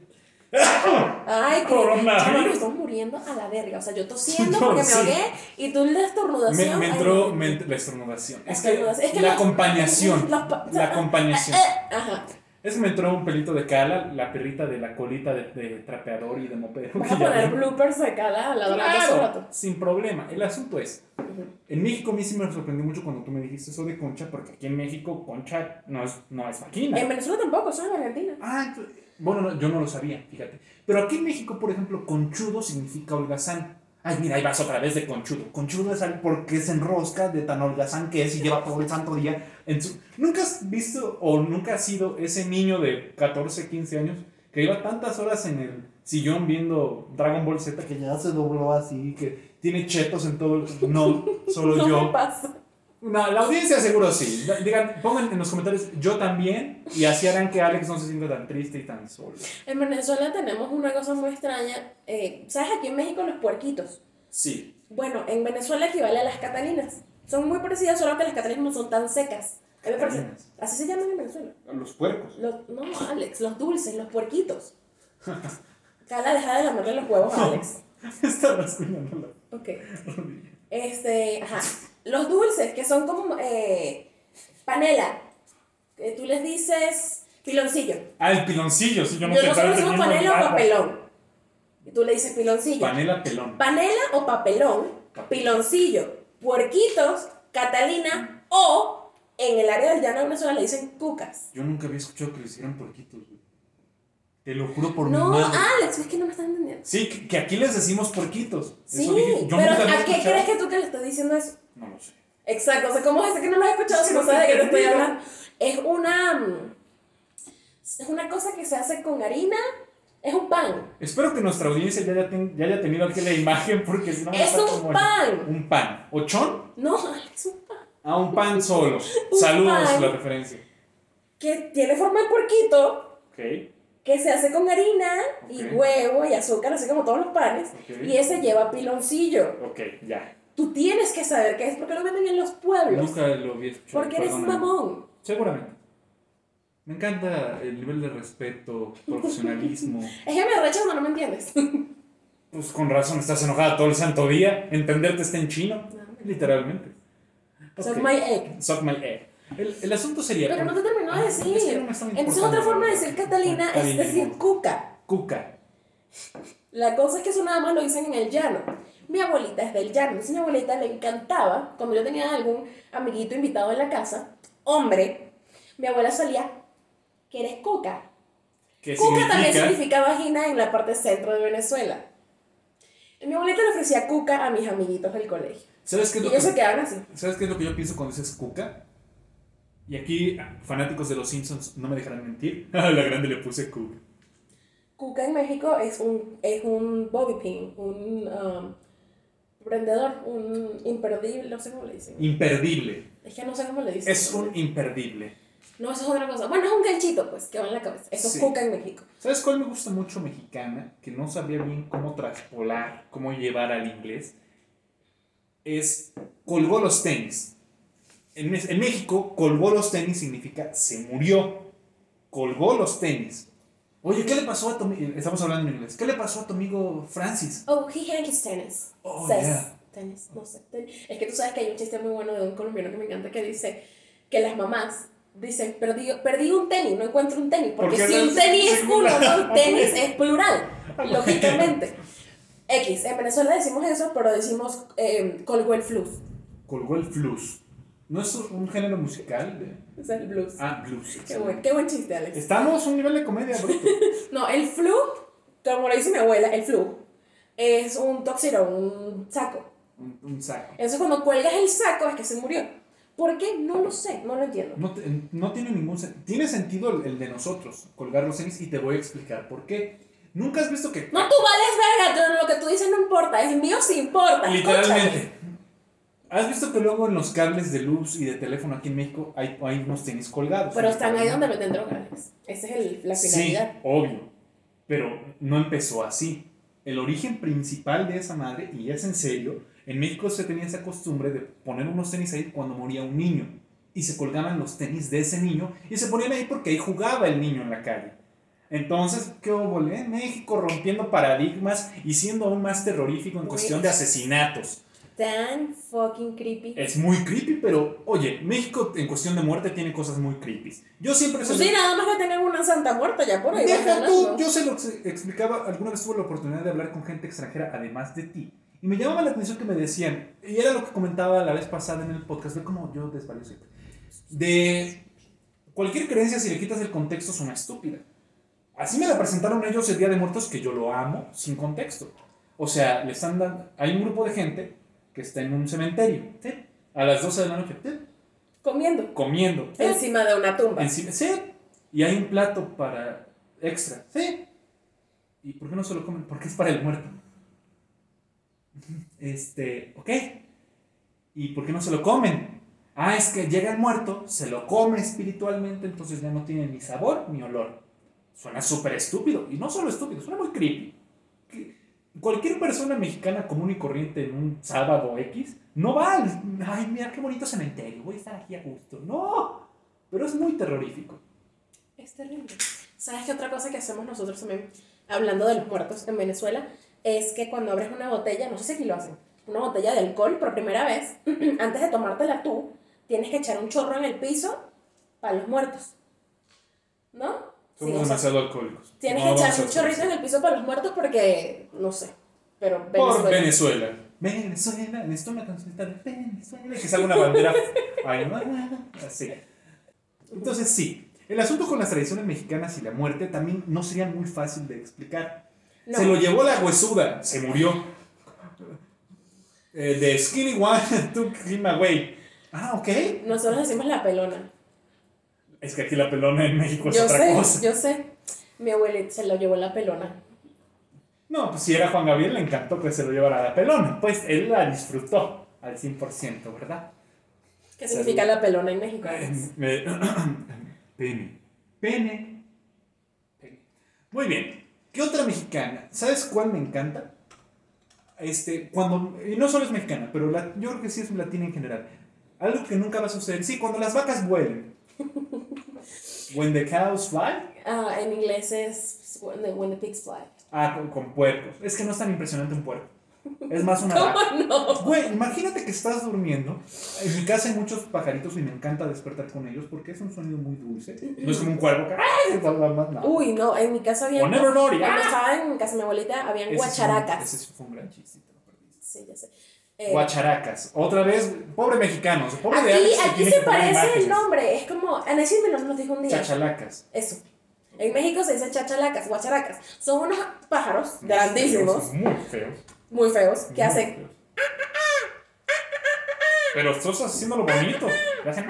S1: Ay, que
S2: Coronavirus.
S1: chaval, me estoy muriendo a la verga. O sea, yo tosiendo
S2: No,
S1: porque
S2: sí.
S1: me ahogué y tú la estornudación.
S2: me, me
S1: ay,
S2: entró me ent- la estornudación.
S1: la
S2: Es que,
S1: estornudación. Es que
S2: la
S1: los- [laughs]
S2: acompañación.
S1: los pa-
S2: La acompañación.
S1: Eh, Ajá.
S2: Es que me entró un pelito de cala, la perrita de la colita de, de trapeador y de mopero.
S1: Vas
S2: que
S1: a
S2: ya
S1: poner
S2: vimos.
S1: bloopers acá la la durante hace
S2: Claro,
S1: rato.
S2: sin problema. El asunto es, en México a mí sí me sorprendió mucho cuando tú me dijiste eso de concha, porque aquí en México concha no es, no es vagina.
S1: En Venezuela tampoco, solo en Argentina.
S2: Ah, ento- bueno, no, yo no lo sabía, fíjate. Pero aquí en México, por ejemplo, conchudo significa holgazán. Ay, mira, ahí vas otra vez de conchudo. Conchudo es algo porque se enrosca de tan holgazán que es y lleva todo el santo día en su... ¿Nunca has visto o nunca has sido ese niño de 14, 15 años que lleva tantas horas en el sillón viendo Dragon Ball Z que ya se dobló así, que tiene chetos en todo el... [laughs] No, solo
S1: No
S2: yo.
S1: me pasa.
S2: No, la audiencia seguro sí. Digan, pongan en los comentarios yo también y así harán que Alex no se sienta tan triste y tan solo.
S1: En Venezuela tenemos una cosa muy extraña. eh, ¿Sabes aquí en México los puerquitos?
S2: Sí.
S1: Bueno, en Venezuela equivale a las catalinas. Son muy parecidas, solo que las catalinas no son tan secas. A mí me parece-
S2: Catalinas.
S1: Así se llaman en Venezuela.
S2: Los puercos.
S1: Los, no, Alex, los dulces, los puerquitos. Cala, deja de lamerle los huevos a
S2: [laughs] No.
S1: Alex.
S2: [laughs] Está rasguñando la
S1: Ok.
S2: rodilla.
S1: Este, ajá. Los dulces, que son como eh, panela. que tú les dices piloncillo.
S2: Ah, el piloncillo, sí, yo
S1: Yo
S2: no
S1: nosotros
S2: pensaba
S1: decimos
S2: teniendo
S1: panela o
S2: nada.
S1: papelón. Y tú le dices piloncillo.
S2: Panela pelón.
S1: panela o papelón,
S2: Papelón.
S1: piloncillo, puerquitos, catalina o en el área del llano de Venezuela le dicen cucas.
S2: Yo nunca había escuchado que le hicieran puerquitos, güey. Te lo juro por
S1: no, ah.
S2: mi madre.
S1: Alex, es que no me estás entendiendo.
S2: Sí, que- que aquí les decimos puerquitos.
S1: Sí,
S2: Eso dije. Yo
S1: pero
S2: nunca había
S1: ¿a qué
S2: escuchado.
S1: crees que tú que le estás diciendo eso?
S2: No lo sé.
S1: Exacto, o sea, ¿cómo es ese que no lo has escuchado si no sabes de qué te estoy hablando? Es una. mm, Es una cosa que se hace con harina, es un pan.
S2: Espero que nuestra audiencia ya haya, ten- ya haya tenido aquí la imagen porque si no me
S1: Es
S2: está
S1: un
S2: como-
S1: pan.
S2: Un pan. ¿Ochón?
S1: No, [laughs] Alex, un pan.
S2: A un pan solo.
S1: [laughs] Un
S2: Saludos
S1: pan.
S2: la referencia.
S1: Que tiene forma de puerquito,
S2: Ok.
S1: que se hace con harina y
S2: Ok.
S1: huevo y azúcar, así como todos los panes,
S2: Ok.
S1: y ese lleva piloncillo.
S2: Ok, ya.
S1: Tú tienes que saber qué es porque lo venden en los pueblos,
S2: Nunca lo había escuchado.
S1: porque eres
S2: perdóname.
S1: mamón.
S2: Seguramente. Me encanta el nivel de respeto,
S1: [laughs]
S2: profesionalismo.
S1: Es que me arrecho cuando no me entiendes.
S2: Pues con razón estás enojada todo el santo día. Entenderte está en chino. Literalmente.
S1: Suck
S2: Ok.
S1: my egg.
S2: Suck my egg. El, el asunto sería.
S1: Pero no te terminó de
S2: Ah, Es que no
S1: decir.
S2: me está
S1: Entonces
S2: importando.
S1: otra forma de decir Catalina es
S2: Ah, Catalina.
S1: decir cuca.
S2: Cuca.
S1: La cosa es que eso nada más lo dicen en el llano. Mi abuelita es del llano, entonces a mi abuelita le encantaba, cuando yo tenía algún amiguito invitado en la casa, hombre, mi abuela solía, ¿quieres cuca?
S2: Que
S1: Cuca también significa vagina en la parte centro de Venezuela. Mi abuelita le ofrecía cuca a mis amiguitos del colegio.
S2: ¿Sabes qué,
S1: Y
S2: es lo
S1: ellos se
S2: que,
S1: quedaban así.
S2: ¿Sabes qué es lo que yo pienso cuando dices cuca? Y aquí, fanáticos de los Simpsons, no me dejarán mentir. [laughs] A la grande le puse cuca.
S1: Cuca en México es un, es un bobby pin, un um, prendedor, un imperdible, no sé cómo le dicen.
S2: Imperdible.
S1: Es que no sé cómo le dicen.
S2: Es un imperdible.
S1: No, eso es otra cosa. Bueno, es un ganchito, pues, que va en la cabeza. Eso
S2: Sí.
S1: es cuca en México.
S2: ¿Sabes cuál me gusta mucho mexicana? Que no sabía bien cómo traspolar, cómo llevar al inglés. Es colgó los tenis. En, Mex- en México, colgó los tenis significa se murió. Colgó los tenis. Oye, ¿qué le pasó a tu ami- Estamos hablando en inglés. ¿Qué le pasó a tu amigo Francis?
S1: Oh, he hanged his tennis.
S2: Oh,
S1: Says
S2: yeah.
S1: tennis, no sé. ten- Es que tú sabes que hay un chiste muy bueno de un colombiano que me encanta que dice que las mamás dicen, perdí, perdí un tenis, no encuentro un tenis. Porque
S2: Porque
S1: si
S2: no
S1: un
S2: es
S1: tenis es uno,
S2: singular. [laughs] Ah,
S1: no, tenis es plural, lógicamente. X, en Venezuela decimos eso, pero decimos eh, colgó el flujo
S2: Colgó el blues. ¿No es un género musical?
S1: O sea, el blues.
S2: Ah, blues.
S1: qué, buen, qué buen chiste, Alex.
S2: Estamos a un nivel de comedia bruto.
S1: No, el flu, como le dice mi abuela, el flu es un tóxico, un saco.
S2: un, un saco.
S1: Entonces cuando cuelgas el saco es que se murió. ¿Por qué? No lo sé, no lo entiendo.
S2: No, te- no tiene ningún sentido. Tiene sentido el, el de nosotros, colgar los tenis, y te voy a explicar por qué. Nunca has visto que.
S1: No, tú vales verga, tú- lo que tú dices no importa, el mío sí importa. escúchame.
S2: Literalmente. ¿Has visto que luego en los cables de luz y de teléfono aquí en México hay, hay unos tenis colgados?
S1: Pero están ahí donde meten drogas. Esa es el- la
S2: Sí,
S1: finalidad.
S2: obvio. Pero no empezó así. El origen principal de esa madre, y es en serio, en México se tenía esa costumbre de poner unos tenis ahí cuando moría un niño. Y se colgaban los tenis de ese niño y se ponían ahí porque ahí jugaba el niño en la calle. Entonces, ¿qué volé? México rompiendo paradigmas y siendo aún más terrorífico en
S1: Uy.
S2: cuestión de asesinatos.
S1: Tan fucking creepy.
S2: Es muy creepy, pero oye, México en cuestión de muerte tiene cosas muy creepy. Yo siempre
S1: Pues
S2: soy-
S1: sí, nada más que tengan una santa muerta ya por ahí.
S2: Deja
S1: bacana,
S2: tú,
S1: ¿no?
S2: yo se lo ex- explicaba, alguna vez tuve la oportunidad de hablar con gente extranjera además de ti. Y me llamaba la atención que me decían, y era lo que comentaba la vez pasada en el podcast, ve cómo yo desvarío siempre. De cualquier creencia, si le quitas el contexto, es una estúpida. Así me la presentaron ellos el Día de Muertos, que yo lo amo, sin contexto. O sea, les están dando- hay un grupo de gente que está en un cementerio, ¿sí? a las 12 de la noche, ¿sí?
S1: Comiendo.
S2: comiendo. ¿sí?
S1: Encima de una tumba.
S2: Encima- sí. Y hay un plato para extra, sí. ¿Y por qué no se lo comen? Porque es para el muerto. [laughs] Este, ok. ¿Y por qué no se lo comen? Ah, es que llega el muerto, se lo come espiritualmente, entonces ya no tiene ni sabor ni olor. Suena súper estúpido. Y no solo estúpido, suena muy creepy. Que- Cualquier persona mexicana común y corriente en un sábado X no va al. Ay, mira qué bonito cementerio, voy a estar aquí a gusto. No, pero es muy terrorífico.
S1: Es terrible. ¿Sabes qué otra cosa que hacemos nosotros también? hablando de los muertos en Venezuela, es que cuando abres una botella, no sé si aquí lo hacen, una botella de alcohol por primera vez, [clears throat] antes de tomártela tú, tienes que echar un chorro en el piso para los muertos. ¿No? Sí,
S2: Somos
S1: o sea,
S2: demasiado alcohólicos.
S1: tienes
S2: No
S1: que echar
S2: vamos a
S1: un chorrito en el piso para los muertos porque, no sé, pero
S2: Por
S1: Venezuela.
S2: Venezuela. Venezuela, necesito una cancioncita de Venezuela. Que salga una bandera aymara, así. Entonces, sí, el asunto con las tradiciones mexicanas y la muerte también no sería muy fácil de explicar.
S1: No.
S2: Se lo llevó la huesuda, se murió. Eh, de Skinny One [laughs] took him away. Ah, ok.
S1: Nosotros decimos la pelona.
S2: Es que aquí la pelona en México es
S1: yo
S2: otra
S1: sé,
S2: cosa.
S1: yo sé. Mi abuelita se lo llevó la pelona.
S2: No, pues si era Juan Gabriel, le encantó que se lo llevara la pelona. Pues él la disfrutó al 100%, ¿verdad?
S1: ¿Qué
S2: Salud.
S1: significa la pelona en México?
S2: Eh, Pene. Pene. Pene. Muy bien. ¿Qué otra mexicana? ¿Sabes cuál me encanta? Este, cuando. Y no solo es mexicana, pero la- yo creo que sí es latina en general. Algo que nunca va a suceder. Sí, cuando las vacas vuelen. When the cows fly.
S1: Ah, en inglés es when the, when the pigs fly. [laughs]
S2: Ah, con, con puercos. Es que no es tan impresionante un puerco. Es más una vaca.
S1: ¿Cómo no?
S2: Güey, imagínate que estás durmiendo. En mi casa hay muchos pajaritos y me encanta despertar con ellos porque es un sonido muy dulce. No es como un cuervo que. ¡Ay! bla, bla, bla, no.
S1: Uy, no, en mi casa había.
S2: O Never Naughty,
S1: Cuando
S2: ah.
S1: estaba en casa de mi abuelita, habían
S2: Ese sí fue un-
S1: guacharacas.
S2: Ese sí fue un gran chiste, te lo perdiste.
S1: Sí, ya sé. Eh,
S2: Guacharacas. Otra vez, pobre mexicano. Pobre de
S1: aquí
S2: Alex que
S1: aquí
S2: tiene
S1: se
S2: que poner
S1: parece
S2: imágenes.
S1: el nombre, es como. Anacil me lo nos dijo un día.
S2: Chachalacas.
S1: Eso. En México se dice chachalacas, guacharacas. Son unos pájaros grandísimos,
S2: Muy feos.
S1: muy feos,
S2: muy
S1: que hacen.
S2: feos. Pero estás haciéndolo bonito. Le hacen-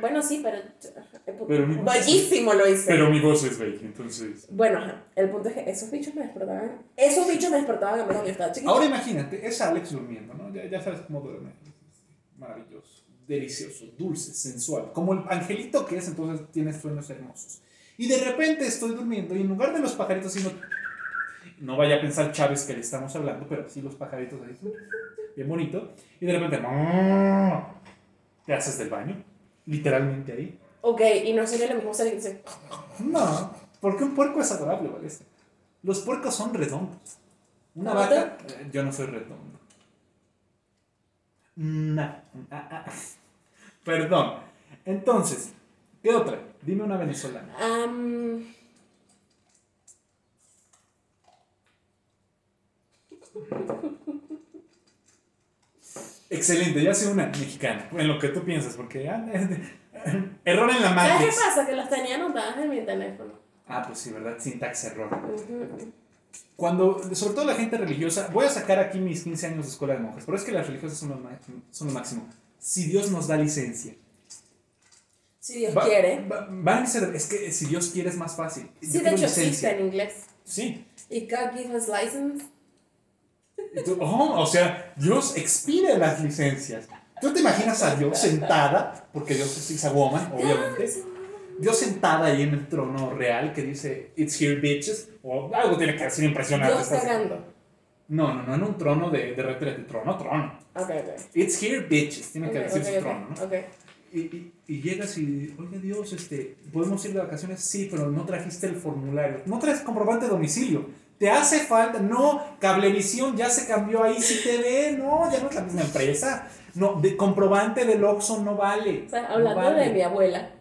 S1: Bueno, sí, pero. eh,
S2: Pero mi-
S1: Bellísimo lo hice.
S2: Pero mi voz es bella, entonces.
S1: Bueno, ajá. El punto es que esos bichos me despertaban. Esos bichos me despertaban a mí cuando yo estaba chiquita.
S2: Ahora imagínate, es Alex durmiendo, ¿no? Ya, ya sabes cómo duerme. Maravilloso, delicioso, dulce, sensual. Como el angelito que es, entonces tiene sueños hermosos. Y de repente estoy durmiendo y en lugar de los pajaritos, sino. No vaya a pensar Chávez que le estamos hablando, pero sí los pajaritos ahí. Bien bonito. Y de repente. Te haces del baño. Literalmente ahí.
S1: Ok, y no sería lo mismo ser dice.
S2: No, porque un puerco es adorable, ¿vale? Los puercos son redondos. Una
S1: ¿Ahorita?
S2: vaca. eh, yo no soy redondo. No. ah, ah, ah. Perdón. Entonces, ¿qué otra? Dime una venezolana.
S1: am,
S2: Excelente, ya sé una mexicana. En lo que tú piensas, porque. ah, [laughs] error en la
S1: ¿Sabes qué
S2: matriz.
S1: pasa? Que las tenía anotadas en mi teléfono.
S2: Ah, pues sí, ¿verdad? Sintax error.
S1: Ujú.
S2: Cuando, sobre todo la gente religiosa, voy a sacar aquí mis 15 años de escuela de monjas, pero es que las religiosas son lo, ma- son lo máximo. Si Dios nos da licencia.
S1: Si Dios
S2: Va-
S1: quiere.
S2: va- van a ser- es que si Dios quiere es más fácil. Yo
S1: Sí, de
S2: quiero
S1: hecho existe
S2: licencia.
S1: en inglés.
S2: Sí.
S1: If God gives us license.
S2: Y tú, oh, o sea, Dios expide las licencias. ¿Tú te imaginas a Dios sentada? Porque Dios es esa woman,
S1: Ah,
S2: obviamente. Dios sentada ahí en el trono real que dice, it's here, bitches. O algo tiene que decir impresionante.
S1: Dios
S2: Estás-
S1: cagando.
S2: No, no, no, en un trono de, de retrete, trono, trono.
S1: Ok, ok.
S2: It's here, bitches. Tiene que
S1: Ok,
S2: decir
S1: ok,
S2: su
S1: ok,
S2: trono, ¿no?
S1: ok.
S2: Y, y- y llegas y, oye Dios, este, ¿podemos ir de vacaciones? Sí, pero no trajiste el formulario. No traes comprobante de domicilio. Te hace falta, no, Cablevisión ya se cambió ahí, sí te ve, no, ya no es la misma empresa. No, de, comprobante del Oxxo no vale.
S1: O sea, hablando de mi abuela.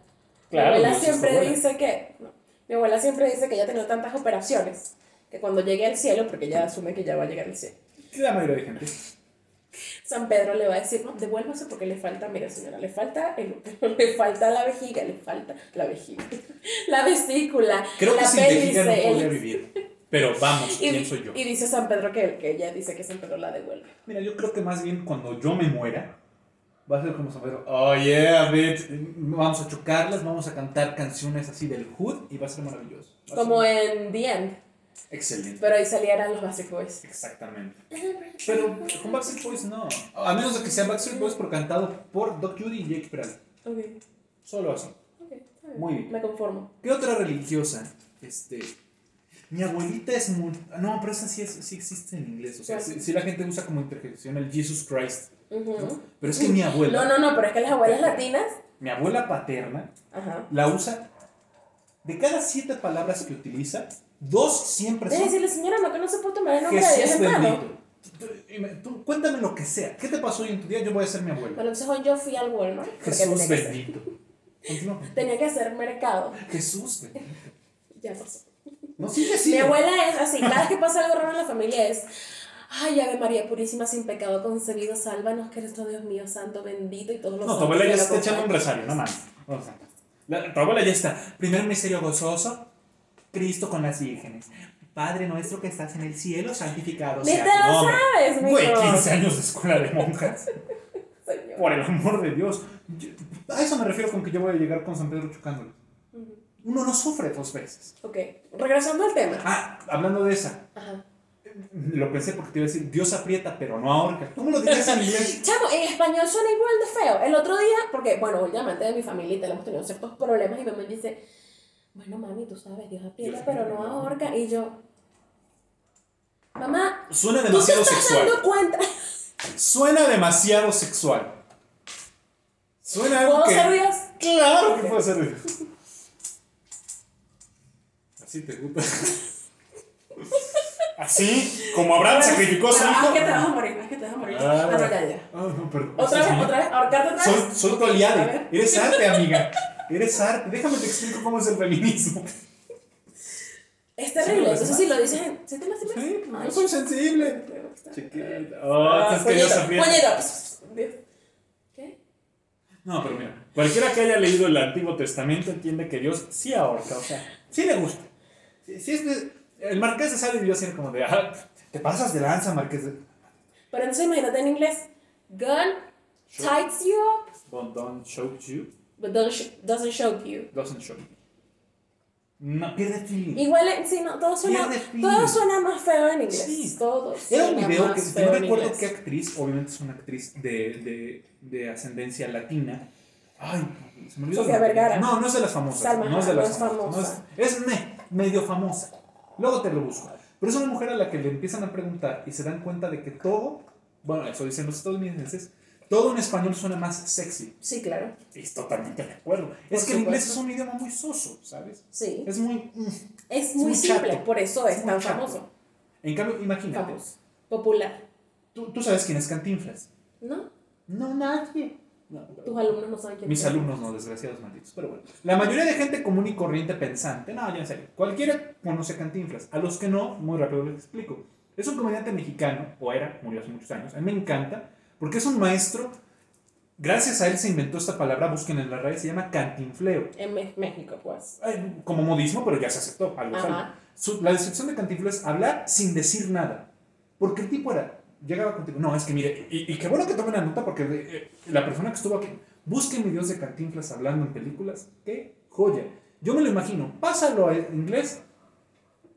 S2: Claro,
S1: mi
S2: Dios
S1: abuela
S2: es
S1: siempre
S2: abuela.
S1: dice que. no, mi abuela siempre dice que ella ha tenido tantas operaciones que cuando llegue al cielo, porque ella asume que ya va a llegar al cielo,
S2: de La mayoría de gente.
S1: San Pedro le va a decir, no, devuélvase porque le falta, mira señora, le falta el útero, [laughs] le falta la vejiga, le falta la vejiga, [laughs] la vesícula,
S2: Creo
S1: la
S2: que sin vejiga no
S1: pelvis,
S2: podría
S1: el-
S2: vivir. Pero
S1: [laughs]
S2: vamos,
S1: y,
S2: ¿quién soy yo?
S1: y dice San Pedro que, que ella dice que San Pedro la devuelve.
S2: Mira, yo creo que más bien cuando yo me muera, va a ser como San Pedro, oh yeah, bitch. Vamos a chocarlas, vamos a cantar canciones así del Hood y va a ser maravilloso. Va a
S1: Como
S2: ser
S1: en The End,
S2: Excelente.
S1: pero ahí salieran los Basic [laughs] Boys.
S2: Exactamente. Pero con Backstreet Boys no. A menos de que sean Backstreet Boys, pero cantado por Doc Judy y Jake Peralta.
S1: Ok,
S2: Solo así.
S1: ok, está
S2: Muy bien.
S1: Me conformo.
S2: ¿Qué otra religiosa? Este. Mi abuelita es muy. No, pero esa sí, es, sí existe en inglés. O sea,
S1: ¿Cuál?
S2: sí, sí la gente usa como interjección el Jesus Christ.
S1: Ujú.
S2: Pero es que mi abuela,
S1: No, no, no, pero es que las abuelas latinas.
S2: mi abuela paterna,
S1: Ajá.
S2: la usa. De cada siete palabras que utiliza, Dos siempre
S1: Debe
S2: son
S1: decirle, señora, no, que no se puede tomar el nombre de Dios
S2: Jesús
S1: en vano.
S2: bendito. Tú- tú- tú- cuéntame lo que sea. ¿Qué te pasó hoy en tu día? Yo voy a ser mi abuelo.
S1: Bueno, entonces hoy yo fui al Walmart. porque
S2: Jesús
S1: tenía, que hacer,
S2: bendito. Continúa.
S1: tenía que hacer mercado.
S2: Jesús bendito.
S1: Ya pasó.
S2: No, sigue,
S1: Mi
S2: sigue.
S1: abuela es así, cada vez que pasa algo raro en la familia es, ay, Ave María Purísima, sin pecado concebido, sálvanos, que eres tu Dios mío, santo, bendito y todos los
S2: No, tu
S1: santos
S2: abuela
S1: que
S2: ya
S1: lo
S2: se está echando un
S1: acompañan".
S2: rosario, no mames. O sea, la- tu abuela ya está. Primer misterio gozoso, Cristo con las vírgenes. Padre nuestro que estás en el cielo, santificado
S1: Ni
S2: sea
S1: te
S2: tu
S1: lo
S2: nombre.
S1: sabes, mijo.
S2: Güey, 15 años de escuela de monjas.
S1: Señor.
S2: Por el amor de Dios. Yo- a eso me refiero con que yo voy a llegar con San Pedro chocándole.
S1: Ujú.
S2: Uno no sufre dos veces.
S1: Ok, regresando al tema.
S2: Ah, hablando de esa,
S1: Ajá.
S2: lo pensé porque te iba a decir, Dios aprieta, pero no ahorca. ¿Cómo lo dirías en inglés?
S1: Chavo, en español suena igual de feo. El otro día, porque, bueno, últimamente de mi familia y tal, hemos tenido ciertos problemas y mi mamá dice, bueno, mami, tú sabes, Dios aprieta,
S2: Dios
S1: pero no
S2: aprieta.
S1: ahorca. Y yo, mamá,
S2: Suena
S1: tú te
S2: demasiado
S1: estás
S2: sexual.
S1: dando cuenta.
S2: Suena demasiado sexual. Suena algo
S1: ¿Puedo
S2: que...
S1: ser Dios?
S2: Claro que puede ser Dios. Así te gusta. [laughs] Así, como Abraham sacrificó a su
S1: Pero, ah,
S2: hijo.
S1: que te vas a morir, es que te vas a morir.
S2: Ah,
S1: Ah, no, ya, ya.
S2: Ah, no, perdón.
S1: Otra
S2: Sí,
S1: vez,
S2: sí.
S1: otra vez, ahorcarte otra
S2: Soy,
S1: vez.
S2: soy
S1: Ok, a ver.
S2: Goliade. Eres arte, amiga. Eres arte. Déjame te explico cómo es el feminismo.
S1: Es
S2: Sí,
S1: terrible,
S2: lo
S1: entonces si
S2: lastimas.
S1: lo dicen, ¿se te lastimas?
S2: Sí,
S1: Ay,
S2: yo soy sensible.
S1: creo que está.
S2: Chiquita.
S1: pues. Ah,
S2: Oh, es que Dios
S1: puñito,
S2: aprieta.
S1: puñito. Pss, pss, Dios. ¿Qué?
S2: No, pero mira, cualquiera que haya leído el Antiguo Testamento entiende que Dios sí ahorca, o sea, sí le gusta. Sí, sí es de- el marqués de Sade y Dios como de, "Ah, te pasas de lanza, marqués de...
S1: Pero entonces imagínate en inglés, gun tights you up,
S2: But don't choke you,
S1: but don't sh- doesn't choke you.
S2: doesn't choke you. No, pierde feeling.
S1: Igual, eh, sí, no, todo suena,
S2: Pierde fin.
S1: todo suena más feo en inglés.
S2: Sí.
S1: Todo
S2: Era un
S1: suena
S2: video
S1: más
S2: que
S1: feo
S2: no
S1: en
S2: recuerdo
S1: inglés.
S2: qué actriz, obviamente es una actriz de, de, de ascendencia latina. Ay, se me olvidó.
S1: Sofía
S2: el nombre.
S1: Vergara.
S2: No, no es de las famosas.
S1: Salma
S2: no es de
S1: Hayek,
S2: las
S1: no es
S2: famosas.
S1: famosa.
S2: no es, es me- medio famosa. Luego te lo busco. Pero es una mujer a la que le empiezan a preguntar y se dan cuenta de que todo, bueno, eso dicen los estadounidenses, todo en español suena más sexy.
S1: Sí, claro,
S2: Es totalmente de acuerdo. es que
S1: supuesto.
S2: el inglés es un idioma muy soso, ¿sabes?
S1: sí.
S2: Es muy... mm.
S1: Es muy
S2: muy
S1: simple,
S2: chato.
S1: por eso es,
S2: Es muy
S1: tan
S2: chato.
S1: famoso.
S2: En cambio, imagínate,
S1: Famoso. Popular,
S2: tú, tú sabes quién es Cantinflas.
S1: ¿no?
S2: No, nadie.
S1: Tus alumnos no saben quién
S2: Mis
S1: soy.
S2: alumnos no, desgraciados malditos. Pero bueno, la mayoría de gente común y corriente pensante, no, ya en serio, cualquiera conoce a Cantinflas. A los que no, muy rápido les explico. Es un comediante mexicano, o era, murió hace muchos años. A mí me encanta, porque es un maestro. Gracias a él se inventó esta palabra, busquen en la red, se llama cantinfleo.
S1: En Me- México, pues.
S2: Ay, eh, Como modismo, pero ya se aceptó, algo es algo.
S1: Ajá.
S2: Su- la descripción de Cantinflas es hablar sin decir nada. Porque el tipo era, llegaba contigo, no, es que mire, y, y qué bueno que tomen la nota porque eh, la persona que estuvo aquí, busquen videos de Cantinflas hablando en películas, qué joya. Yo me lo imagino, pásalo a inglés,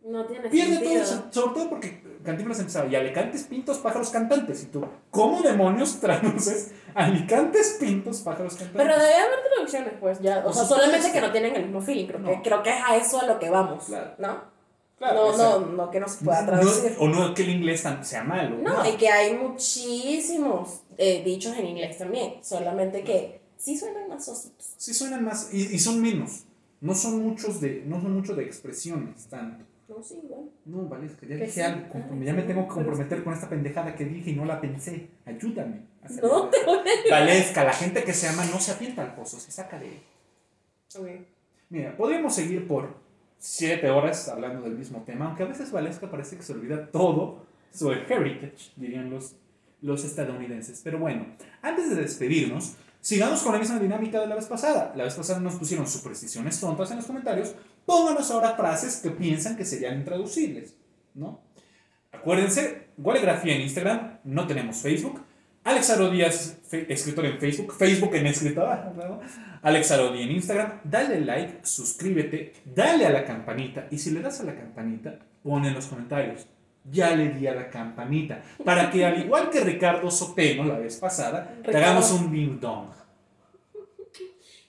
S1: No tiene
S2: pierde todo
S1: sentido.
S2: eso, sobre todo porque Cantinflas empezaba, y alicantes, pintos, pájaros, cantantes, y tú, ¿cómo demonios traduces alicantes, pintos, pájaros, cantantes?
S1: Pero debe haber traducciones, pues, ya. O
S2: Por
S1: sea,
S2: supuesto.
S1: solamente que no tienen el mismo feeling. Creo, que,
S2: No.
S1: creo que es a eso a lo que vamos,
S2: Claro.
S1: ¿no?
S2: Claro,
S1: no, no,
S2: exacto.
S1: no que no se pueda
S2: No-
S1: traducir.
S2: o no que el inglés tan- sea malo.
S1: No, y que hay muchísimos eh, dichos en inglés también. Solamente que sí suenan más ositos.
S2: Sí suenan más y, y son menos. No son muchos de no son mucho de expresiones tanto.
S1: No, sí, igual.
S2: No, vale, es que ya
S1: Que
S2: dije
S1: sí.
S2: algo, compromet- ya me tengo que
S1: Pero-
S2: comprometer con esta pendejada que dije y no la pensé. Ayúdame. a salir
S1: No,
S2: de- Valesca, la gente que se ama no se avienta al pozo, se saca de él. Mira, podríamos seguir por siete horas hablando del mismo tema, aunque a veces Valesca parece que se olvida todo sobre heritage, dirían los, los estadounidenses. Pero bueno, antes de despedirnos, sigamos con la misma dinámica de la vez pasada. La vez pasada nos pusieron supersticiones tontas en los comentarios. Pónganos ahora frases que piensan que serían intraducibles, ¿no? Acuérdense, Gualegrafía en Instagram, no tenemos Facebook. Alex Aro Díaz, fe- escritor en Facebook, Facebook en escritor, [laughs] ¿no? Alex Arodi en Instagram. Dale like, suscríbete, dale a la campanita. Y si le das a la campanita, pon en los comentarios. Ya le di a la campanita. Para que, al igual que Ricardo Soteno la vez pasada, te
S1: Ricardo.
S2: hagamos un ding dong.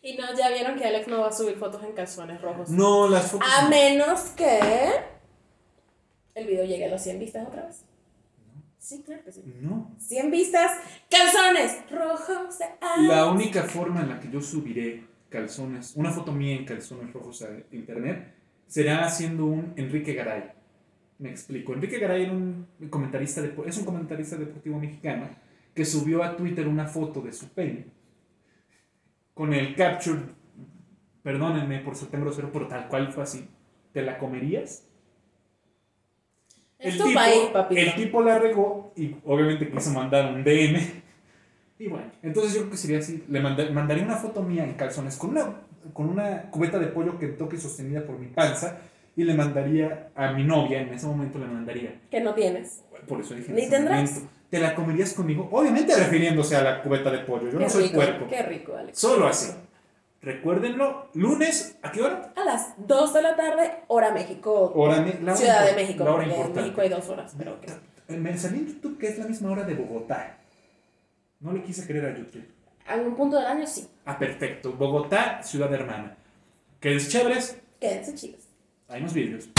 S1: Y no, ya vieron que Alex no va a subir fotos en calzones rojos.
S2: No las fotos.
S1: A menos que el video llegue a los 100 vistas otra vez. Sí, claro que sí.
S2: No.
S1: 100 vistas, calzones rojos de ah. Alex.
S2: La única forma en la que yo subiré calzones, una foto mía en calzones rojos a internet, será haciendo un Enrique Garay. Me explico. Enrique Garay era un comentarista de, es un comentarista deportivo mexicano que subió a Twitter una foto de su pene con el capture, perdónenme por ser tan grosero, pero tal cual fue así. ¿Te la comerías?
S1: Es
S2: El
S1: tu
S2: tipo,
S1: país, papito.
S2: el tipo la regó y obviamente quiso mandar un DM. Y bueno, entonces yo creo que sería así. Le manda- mandaría una foto mía en calzones con una, con una cubeta de pollo que toque sostenida por mi panza. Y le mandaría a mi novia, en ese momento le mandaría.
S1: Que no tienes.
S2: Por eso dije. en
S1: Ni
S2: ese
S1: tendrás.
S2: momento. ¿Te la comerías conmigo? Obviamente refiriéndose a la cubeta de pollo. Yo
S1: qué
S2: no soy
S1: rico,
S2: puerco.
S1: Qué rico, Alex.
S2: Solo así. Recuérdenlo, lunes, ¿a qué hora?
S1: A las 2 de la tarde, hora México.
S2: Hora me- la hora
S1: Ciudad de
S2: impor-
S1: México.
S2: La hora
S1: porque en
S2: importante.
S1: México hay dos horas, pero ok.
S2: Me salí en YouTube que es la misma hora de Bogotá. No le quise creer a YouTube.
S1: Algún punto del año sí.
S2: Ah, perfecto. Bogotá, ciudad hermana. Que es chéveres,
S1: Quédense chicos.
S2: hay unos vídeos.